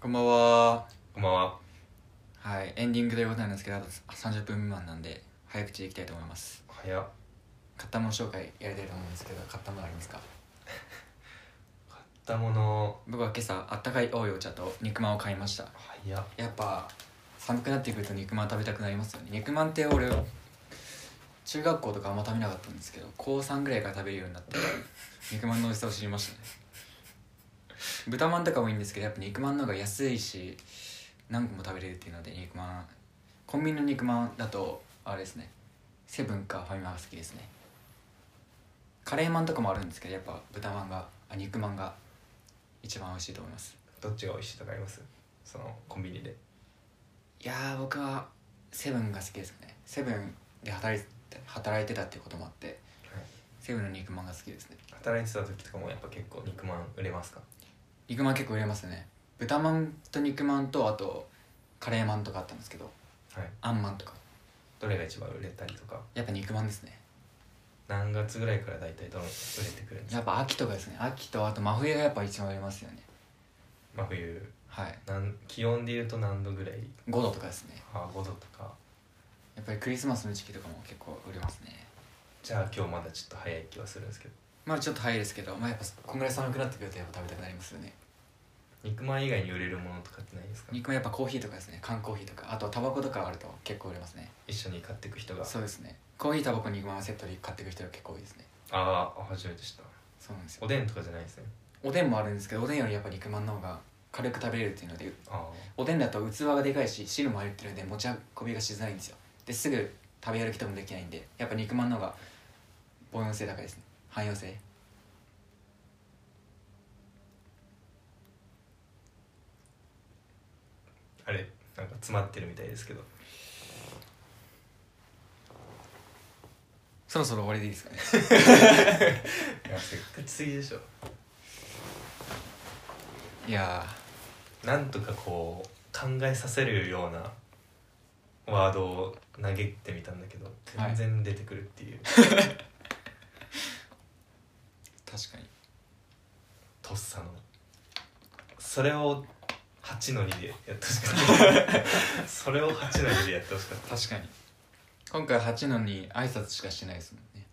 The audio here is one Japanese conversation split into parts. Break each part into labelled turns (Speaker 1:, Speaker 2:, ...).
Speaker 1: こんばんは。
Speaker 2: こんばんは。
Speaker 1: はい、エンディングということなんですけど、あと30分未満なんで、早口でいきたいと思います。
Speaker 2: 早っ。
Speaker 1: 買ったもの紹介やりたいと思うんですけど、買ったものありますか
Speaker 2: 買ったもの。
Speaker 1: 僕は今朝、あったかいおいお茶と肉まんを買いました。
Speaker 2: 早っ。
Speaker 1: やっぱ、寒くなってくると肉まん食べたくなりますよね。肉まんって俺、中学校とかあんま食べなかったんですけど、高3ぐらいから食べるようになって、肉まんの美味しさを知りましたね。豚まんとかもいいんですけど、やっぱ肉まんの方が安いし、何個も食べれるっていうので肉まんコンビニの肉まんだとあれですねセブンかファミマが好きですねカレーまんとかもあるんですけどやっぱ豚まんがあ肉まんが一番美味しいと思います
Speaker 2: どっちが美味しいとかあります。そのコンビニで。
Speaker 1: いやー僕はセブンが好きですねセブンで働いて働いてたっていうこともあってセブンの肉まんが好きですね
Speaker 2: 働いてた時とかも、やっぱ結構肉まん売れますか。
Speaker 1: 肉まん結構入れますね豚まんと肉まんとあとカレーまんとかあったんですけど
Speaker 2: はい。
Speaker 1: あんまんとか
Speaker 2: どれが一番売れたりとか。
Speaker 1: やっぱ肉まんですね
Speaker 2: 何月ぐらいからだいたいどの売れてくるんです
Speaker 1: や
Speaker 2: か。
Speaker 1: っぱ秋とかですね秋とあと真冬がやっぱ一番売れますよね
Speaker 2: 真冬。
Speaker 1: はい
Speaker 2: なん、気温で言うと何度ぐらい。
Speaker 1: 5度とかですね
Speaker 2: ああ、五度とか。
Speaker 1: やっぱりクリスマスの時期とかも結構売れますね
Speaker 2: じゃあ、今日まだちょっと早い気はするんですけど。
Speaker 1: まあちょっと早いですけどまあやっぱこんぐらい寒くなってくるとやっぱ食べたくなりますよね
Speaker 2: 肉まん以外に売れるものとかってないですか。
Speaker 1: 肉もやっぱコーヒーとかですね缶コーヒーとかあとタバコとかあると結構売れますね
Speaker 2: 一緒に買っていく人が。
Speaker 1: そうですねコーヒータバコ肉まんセットで買ってく人が結構多いですね
Speaker 2: ああ、初めて知った。
Speaker 1: そうなんですよ
Speaker 2: おでんとかじゃないですね。
Speaker 1: おでんもあるんですけどおでんよりやっぱ肉まんの方が軽く食べれるっていうので
Speaker 2: あ
Speaker 1: おでんだと器がでかいし汁も入ってるんで持ち運びがしづらいんですよですぐ食べ歩きとかもできないんでやっぱ肉まんの方が防音性高いですね汎用性
Speaker 2: あ。あれ、なんか詰まってるみたいですけど。
Speaker 1: そろそろ終わりでいいですかね
Speaker 2: いやせっかちすぎでしょ
Speaker 1: いや
Speaker 2: なんとかこう考えさせるようなワードを投げてみたんだけど
Speaker 1: はい
Speaker 2: 全然出てくるっていう、
Speaker 1: ー確かに
Speaker 2: とっさのそれを8の2でやってほしかっ たそれを8の2でやってほしかっ
Speaker 1: 確かに今回8のに挨拶しかしてないですもんね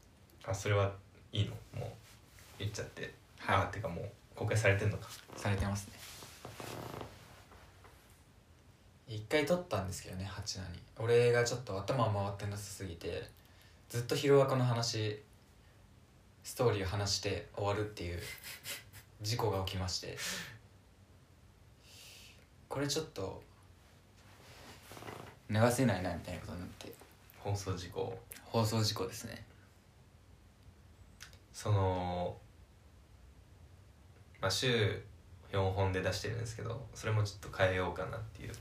Speaker 2: たあそれはいいのもう言っちゃって、
Speaker 1: はい
Speaker 2: あてかもう公開されてんのか
Speaker 1: されてますね一回撮ったんですけどね8のに俺がちょっと頭回ってなさすぎてずっとヒロアカの話ストーリーを話して終わるっていう事故が起きましてこれちょっと流せないなみたいなことになって
Speaker 2: 放送事故
Speaker 1: 放送事故ですね
Speaker 2: そのまあ週4本で出してるんですけどそれもちょっと変えようかなっていう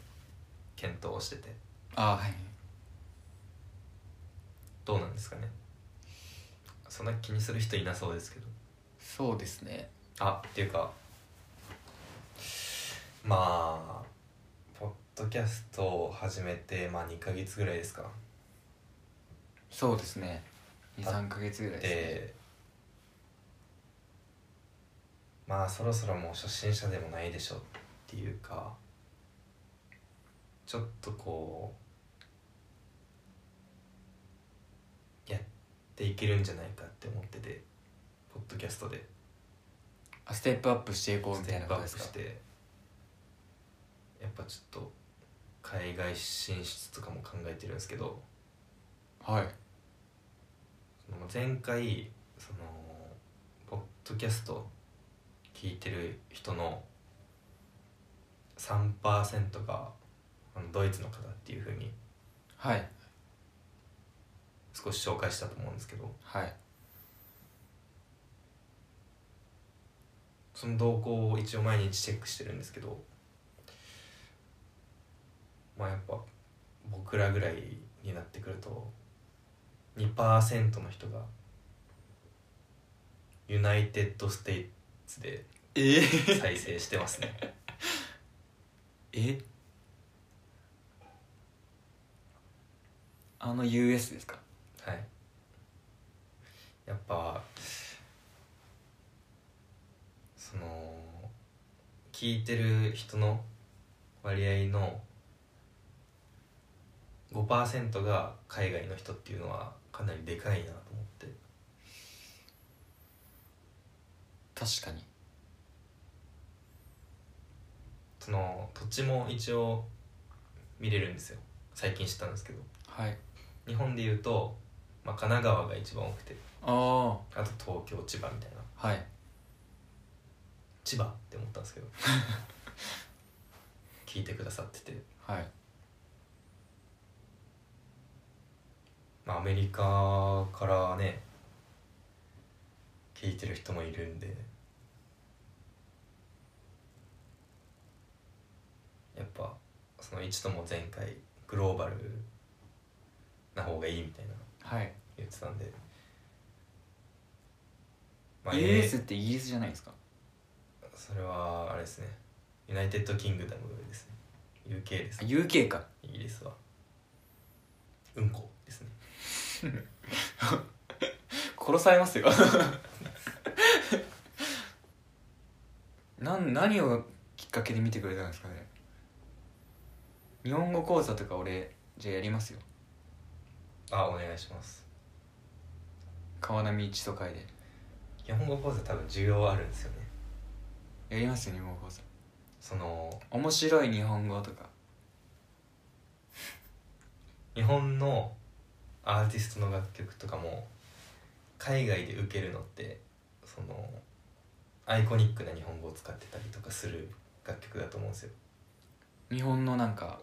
Speaker 2: 検討をしてて
Speaker 1: ああはい
Speaker 2: どうなんですかねそんな気にする人いなそうですけど
Speaker 1: そうですね
Speaker 2: あっていうかまあポッドキャストを始めてまあ2ヶ月ぐらいですか
Speaker 1: そうですね23か月ぐらいですね
Speaker 2: でまあそろそろもう初心者でもないでしょっていうかちょっとこうやっていけるんじゃないかって思っててポッドキャストで
Speaker 1: あステップアップしていこう
Speaker 2: ス
Speaker 1: み
Speaker 2: テ
Speaker 1: たい
Speaker 2: ッ
Speaker 1: な
Speaker 2: プ
Speaker 1: こ
Speaker 2: ア
Speaker 1: とです
Speaker 2: ップ
Speaker 1: か
Speaker 2: してやっぱちょっと海外進出とかも考えてるんですけど
Speaker 1: はい
Speaker 2: その前回そのポッドキャスト聞いてる人の3%があのドイツの方っていうふうに
Speaker 1: はい
Speaker 2: 少し紹介したと思うんですけど
Speaker 1: はい
Speaker 2: その動向を一応毎日チェックしてるんですけどまあやっぱ僕らぐらいになってくると2%の人がユナイテッド・ステイツで
Speaker 1: え
Speaker 2: 再生してますね
Speaker 1: えあの US ですか
Speaker 2: はいやっぱその聞いてる人の割合の5%が海外の人っていうのはかなりでかいなと思って
Speaker 1: 確かに
Speaker 2: その土地も一応見れるんですよ最近知ったんですけど
Speaker 1: はい
Speaker 2: 日本でいうと、まあ、神奈川が一番多くて
Speaker 1: ああは
Speaker 2: あと東京千葉みたいない千葉って思ったんですけど 聞いてくださってて
Speaker 1: はい
Speaker 2: まあ、アメリカからね聞いてる人もいるんでやっぱその一とも前回グローバルな方がいいみたいな
Speaker 1: はい
Speaker 2: 言ってたんで、
Speaker 1: イギリスってイギリスじゃないですか
Speaker 2: えーそれはあれですねユナイテッドキングダムですね UK です
Speaker 1: あ UK か
Speaker 2: イギリスはうんこですね
Speaker 1: 殺されますよ なん何をきっかけで見てくれたんですかね日本語講座とか俺じゃあやりますよ
Speaker 2: あお願いします
Speaker 1: 川波一都会で
Speaker 2: 日本語講座多分需要あるんですよね
Speaker 1: やりますよ日本語講座
Speaker 2: その
Speaker 1: 面白い日本語とか
Speaker 2: 日本のアーティストの楽曲とかも海外で受けるのってそのアイコニックな日本語を使ってたりとかする楽曲だと思うんですよ
Speaker 1: 日本のなんか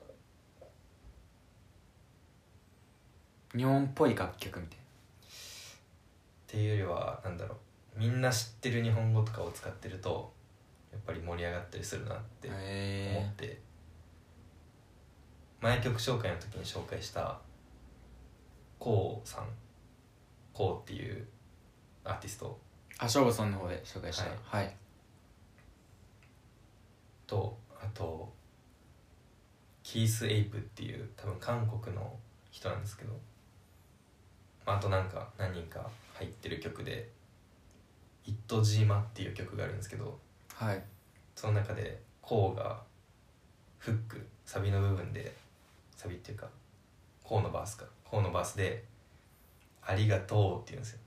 Speaker 1: 日本っぽい楽曲みたい
Speaker 2: っていうよりはなんだろうみんな知ってる日本語とかを使ってるとやっぱり盛り上がったりするなって
Speaker 1: な
Speaker 2: 思
Speaker 1: へ
Speaker 2: って、前曲紹介の時に紹介したこうさんこうっていうアーティスト
Speaker 1: えあ省吾さんの方で紹介したはい、
Speaker 2: とあとキース・エイプっていう多分韓国の人なんですけど、まあ、あとなんか何人か入ってる曲で「イット・ジーマ」っていう曲があるんですけど
Speaker 1: はい
Speaker 2: その中でコウがフックサビの部分でサビっていうかコウのバースかコウのバースで「ありがとう」って言うんですよ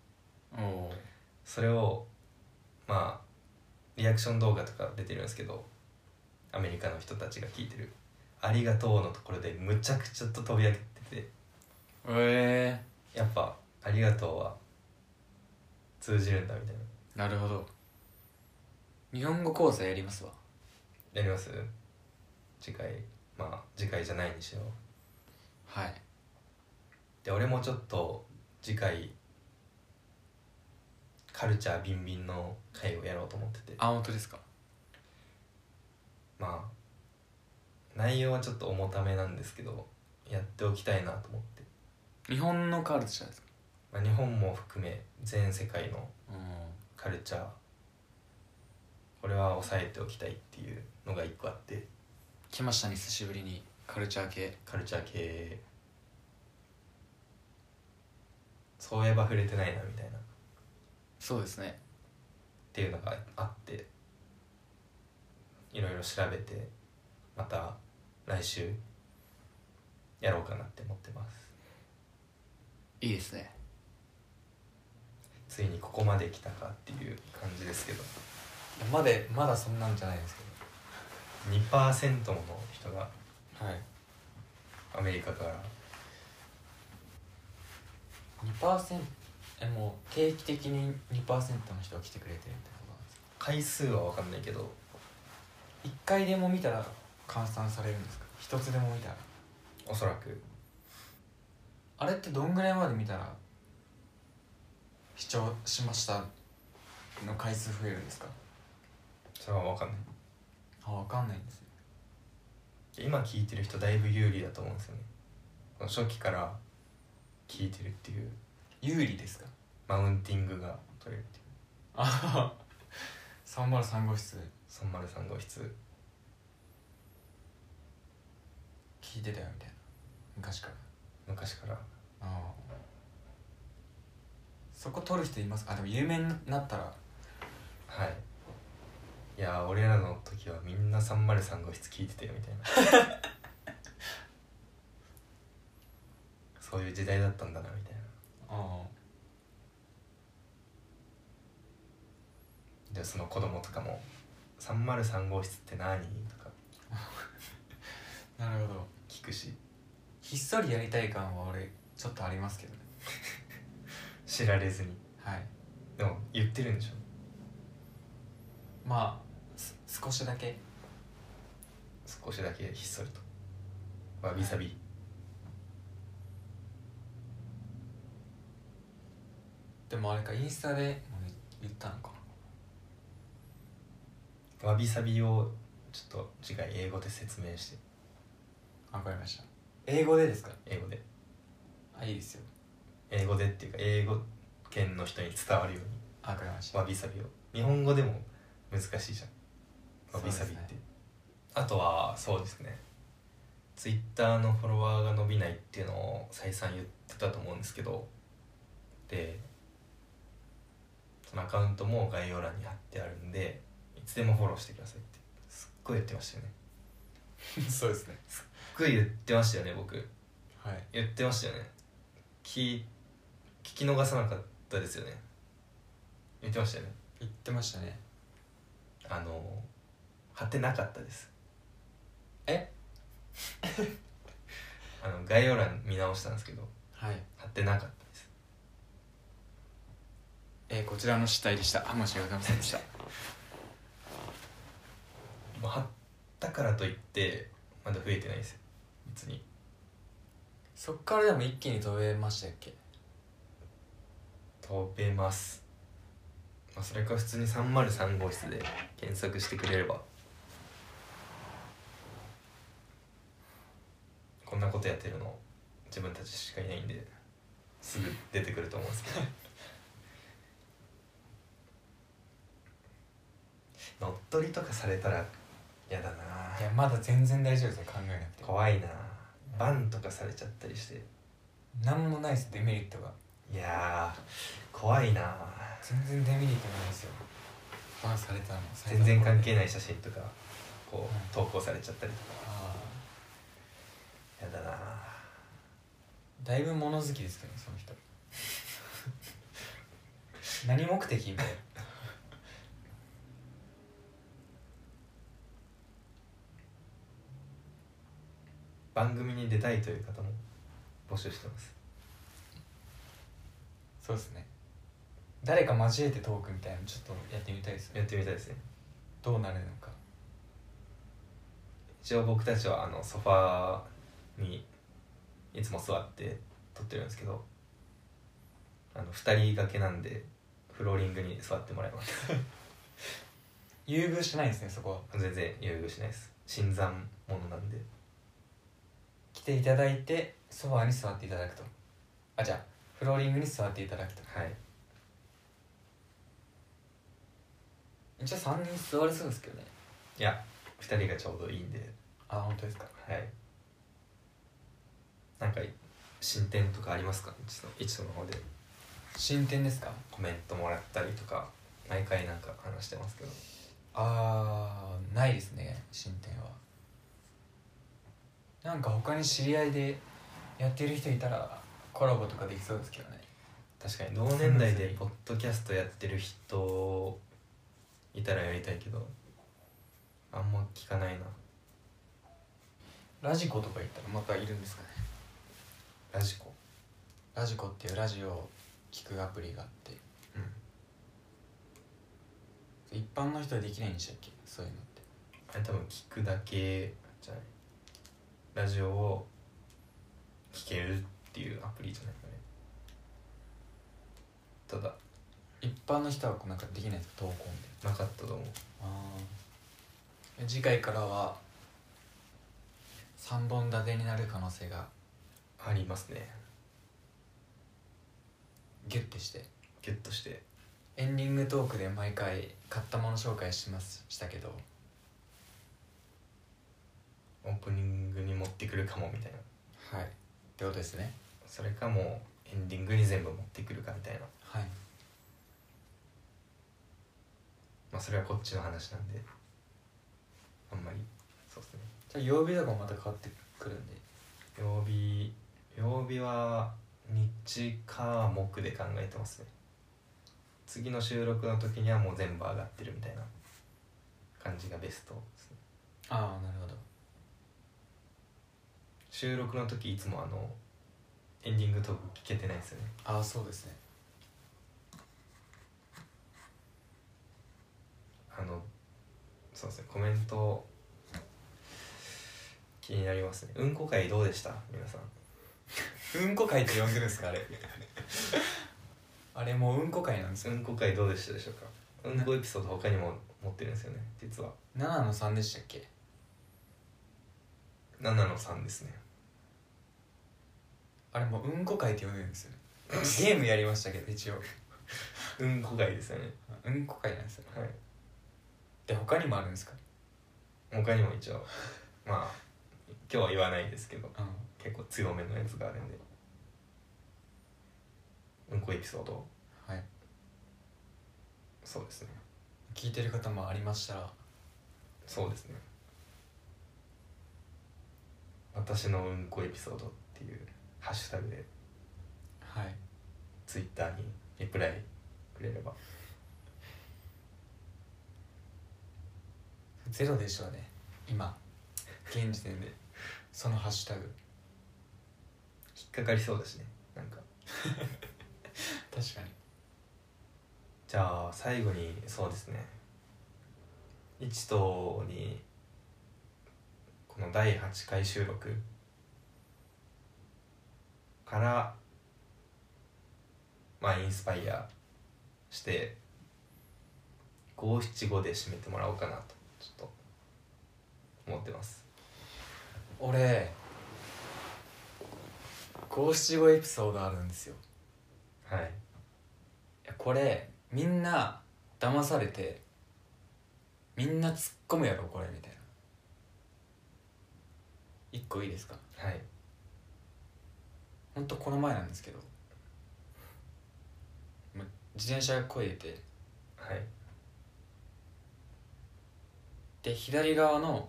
Speaker 1: おおー
Speaker 2: それをまあリアクション動画とか出てるんですけどアメリカの人たちが聞いてる「ありがとう」のところでむちゃくちゃと飛び上げてて
Speaker 1: え
Speaker 2: やっぱ「ありがとう」は通じるんだみたいな
Speaker 1: ー、なるほど日本語講座やりますわ
Speaker 2: やります次回まあ次回じゃないにしよう
Speaker 1: はい
Speaker 2: で俺もちょっと次回カルチャービンビンの回をやろうと思ってて
Speaker 1: あ本当ですか
Speaker 2: まあ内容はちょっと重ためなんですけどやっておきたいなと思って、
Speaker 1: 日本のカルチャーですか
Speaker 2: まあ、日本も含め全世界の
Speaker 1: うん
Speaker 2: カルチャーこれは押さえておきたいっていうのが一個あって
Speaker 1: 来ましたね久しぶりにカルチャー系
Speaker 2: カルチャー系そういえば触れてないなみたいなっ
Speaker 1: そうですね
Speaker 2: ていうのがあっていろいろ調べてまた来週やろうかなって思ってます
Speaker 1: いいですね
Speaker 2: ついにここまで来たかっていう感じですけど
Speaker 1: まだまだそんなんじゃないですけ
Speaker 2: 2%もの人が
Speaker 1: どはい
Speaker 2: アメリカから
Speaker 1: 2%えもう定期的に2%の人が来てくれてるってことなんですか
Speaker 2: 回数は分かんないけど
Speaker 1: 1回でも見たら換算されるんですか1つでも見たら
Speaker 2: おそらく
Speaker 1: あれってどんぐらいまで見たら視聴しましたの回数増えるんですか
Speaker 2: それは分かんない
Speaker 1: あ分かんないんですね
Speaker 2: 今聞いてる人だいぶ有利だと思うんですよねこの初期から聞いてるっていう
Speaker 1: 有利ですか
Speaker 2: マウンティングが取れるっていう
Speaker 1: あは は303号室
Speaker 2: 303号室
Speaker 1: 聞いてたよみたいな昔から
Speaker 2: 昔から
Speaker 1: ああそこ撮る人いますあでも有名になったら
Speaker 2: はいいやー俺らの時はみんな303号室聞いてたよみたいなそういう時代だったんだなみたいな
Speaker 1: あ
Speaker 2: でその子供とかも「303号室って何?」とか
Speaker 1: あなるほど
Speaker 2: 聞くし
Speaker 1: ひっそりやりたい感は俺ちょっとありますけどね
Speaker 2: 知られずに
Speaker 1: はい
Speaker 2: でも言ってるんでしょ
Speaker 1: まあす少しだけ
Speaker 2: 少しだけひっそりとわびさび
Speaker 1: でもあれかインスタでも言ったのか
Speaker 2: わびさびをちょっと次回英語で説明して
Speaker 1: わかりました英語でですか
Speaker 2: 英語で
Speaker 1: あいいですよ
Speaker 2: 英語でっていうか英語圏の人に伝わるように
Speaker 1: あわかりました
Speaker 2: わびさびを日本語でも難しいじゃんわびさびっ
Speaker 1: そうで
Speaker 2: て、
Speaker 1: すね
Speaker 2: あとはそうですねツイッターのフォロワーが伸びないっていうのを再三言ってたと思うんですけどでそのアカウントも概要欄に貼ってあるんでいつでもフォローしてくださいってすっごい言ってましたよね
Speaker 1: そうですね
Speaker 2: すっごい言ってましたよね僕
Speaker 1: はい
Speaker 2: 言ってましたよね聞い聞き逃さなかったですよね言ってましたよね
Speaker 1: 言ってましたね
Speaker 2: あの貼ってなかったです
Speaker 1: え
Speaker 2: あの概要欄見直したんですけど
Speaker 1: はい
Speaker 2: 貼ってなかったです
Speaker 1: えーこちらの主体でしたあ申し訳ございませんでした
Speaker 2: まあ貼ったからといってまだ増えてないですよ別に
Speaker 1: そっからでも一気に飛べましたっけ
Speaker 2: 飛べます、まあ、それか普通に303号室で検索してくれればこんなことやってるの自分たちしかいないんですぐ出てくると思うんですけど 乗っ取りとかされたら嫌だない
Speaker 1: やまだ全然大丈夫ですよ考えなくて
Speaker 2: 怖いなバンとかされちゃったりして
Speaker 1: 何もないですデメリットが
Speaker 2: いやー怖いな
Speaker 1: 全然デメリットないですよバンされたの
Speaker 2: 全然関係
Speaker 1: い
Speaker 2: ない写真とかこ
Speaker 1: はいう
Speaker 2: 投稿されちゃったりとか
Speaker 1: あ
Speaker 2: やだな
Speaker 1: ーだいぶ物好きですけどねその 人何目的みたいな
Speaker 2: 番組に出たいという方も募集してます
Speaker 1: そうですね誰か交えてトークみたいなのちょっとやってみたいです
Speaker 2: や
Speaker 1: ね
Speaker 2: ってみたいですね
Speaker 1: どうなるのか
Speaker 2: 一応僕たちはあのソファーにいつも座って撮ってるんですけどあの2人掛けなんでフローリングに座ってもらいます
Speaker 1: 優遇しないんですねそこは
Speaker 2: 全然優遇しないです新参者なんで
Speaker 1: 来ていただいてソファーに座っていただくとあじゃあフローリングに座っていただくと
Speaker 2: はい
Speaker 1: 一応3人座れそうですけどね
Speaker 2: いや2人がちょうどいいんで
Speaker 1: あ本当ですか
Speaker 2: はい。なんか進展とかありますか？一度一度の方で
Speaker 1: 進展ですか
Speaker 2: コメントもらったりとか毎回なんか話してますけど。
Speaker 1: あーないですね進展はなんか他に知り合いでやってる人いたらコラボとかできそうですけどね
Speaker 2: 確かに同年代でポッドキャストやってる人いたらやりたいけど、あんま聞かないな。
Speaker 1: ラジコとか行ったらまたいるんですかね
Speaker 2: ラジコ。
Speaker 1: ラジコっていうラジオを聞くアプリがあって
Speaker 2: うん。
Speaker 1: 一般の人はできないんでしたっけそういうのって
Speaker 2: あれ多分聞くだけじゃない。ラジオを聞けるっていうアプリじゃないかね。ただ
Speaker 1: 一般の人はこうなんかできないんですか投稿みたいな
Speaker 2: なかったと思う。
Speaker 1: え次回からは3本立てになる可能性が
Speaker 2: ありますね。
Speaker 1: ギュッてして
Speaker 2: ギュッとして
Speaker 1: エンディングトークで毎回買ったもの紹介しますしたけど
Speaker 2: オープニングに持ってくるかもみたいな
Speaker 1: はいってことですね
Speaker 2: それかもうエンディングに全部持ってくるかみたいな
Speaker 1: はい
Speaker 2: まあそれはこっちの話なんであんまりそうですね
Speaker 3: じゃあ曜日とかもまた変わってくるんで
Speaker 2: 曜日曜日は日火木で考えてますね次の収録の時にはもう全部上がってるみたいな感じがベストですね
Speaker 1: ああなるほど
Speaker 2: 収録の時いつもあのエンディングトーク聞けてないですよね
Speaker 1: ああそうですね
Speaker 2: あのそうですねコメント気になりますねうんこ会どうでした皆さん
Speaker 1: うんこ会って呼んでるんですかあれ あれもううんこ会なんです
Speaker 2: う
Speaker 1: よ
Speaker 2: んこ会どうでしたでしょうかうんこエピソード他にも持ってるんですよね実は
Speaker 1: 7の3でしたっけ
Speaker 2: 7の3ですね
Speaker 1: あれもううんこ会って呼んでるん ですよねゲームやりましたけど一応
Speaker 2: うんこ会ですよね
Speaker 1: うんこ会なんですよ
Speaker 2: はい
Speaker 1: で他にもあるんですか
Speaker 2: 他にも一応まあ今日は言わないですけど
Speaker 1: うん
Speaker 2: 結構強めのやつがあるんでうんこエピソード
Speaker 1: はい
Speaker 2: そうですね
Speaker 1: 聞いてる方もありましたら
Speaker 2: そうですね私のうんこエピソードっていうハッシュタグで
Speaker 1: はい
Speaker 2: ツイッターにリプライくれれば
Speaker 1: ゼロでしょうね今現時点でそのハッシュタグ
Speaker 2: 引っかかりそうだしねなんか
Speaker 1: 確かに
Speaker 2: じゃあ最後にそうですね一とにこの第8回収録からまあインスパイアして五七五で締めてもらおうかなとちょっと思ってます
Speaker 1: 俺五七五エピソードあるんですよ
Speaker 2: はい
Speaker 1: いやこれみんな騙されてみんな突っ込むやろこれみたいな一個いいですか
Speaker 2: はい
Speaker 1: ほんとこの前なんですけどま自転車がこいでて
Speaker 2: はい
Speaker 1: で左側の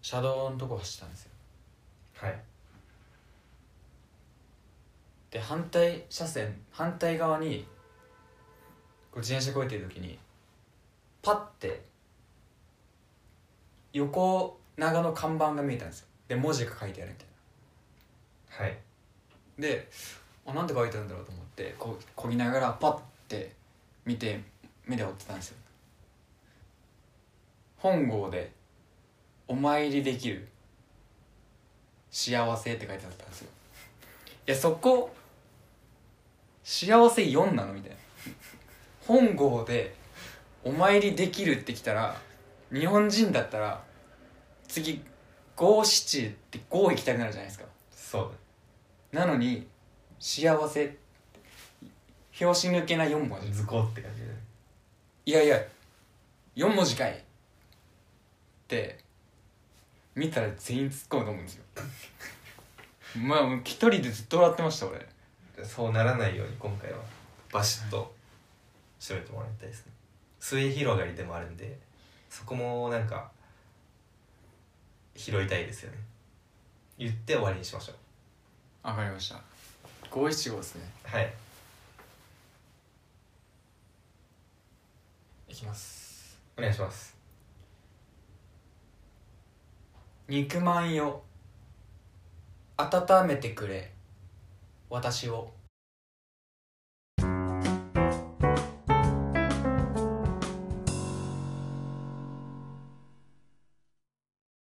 Speaker 1: 車道のとこ走ったんですよ
Speaker 2: はい
Speaker 1: で反対車線反対側にこう自転車越えてる時にパッて横長の看板が見えたんですよで文字が書いてあるみたい
Speaker 2: はい
Speaker 1: なであなんて書いてあるんだろうと思ってこうこぎながらパッて見て目で追ってたんですよ本郷で「お参りできる幸せ」って書いてあったんですよいやそこ幸せ4なのみたいな本郷で「お参りできる」ってきたら日本人だったら次五七って5行きたくなるじゃないですか
Speaker 2: そう
Speaker 1: なのに「幸せ」拍子抜けな4文
Speaker 2: だ
Speaker 1: 字
Speaker 2: 図工って感じで
Speaker 1: いやいや4文字かいって見たら全員突っ込むと思うんですよ まあもう一人でずっと笑ってました俺
Speaker 2: そうならないように今回はバシッと締めてもらいたいですね末広がりでもあるんでそこもなんか拾いたいですよね言って終わりにしましょう
Speaker 1: わかりました五七五ですね
Speaker 2: はい
Speaker 1: いきます
Speaker 2: お願いします
Speaker 1: 肉まんよ温めてくれ私を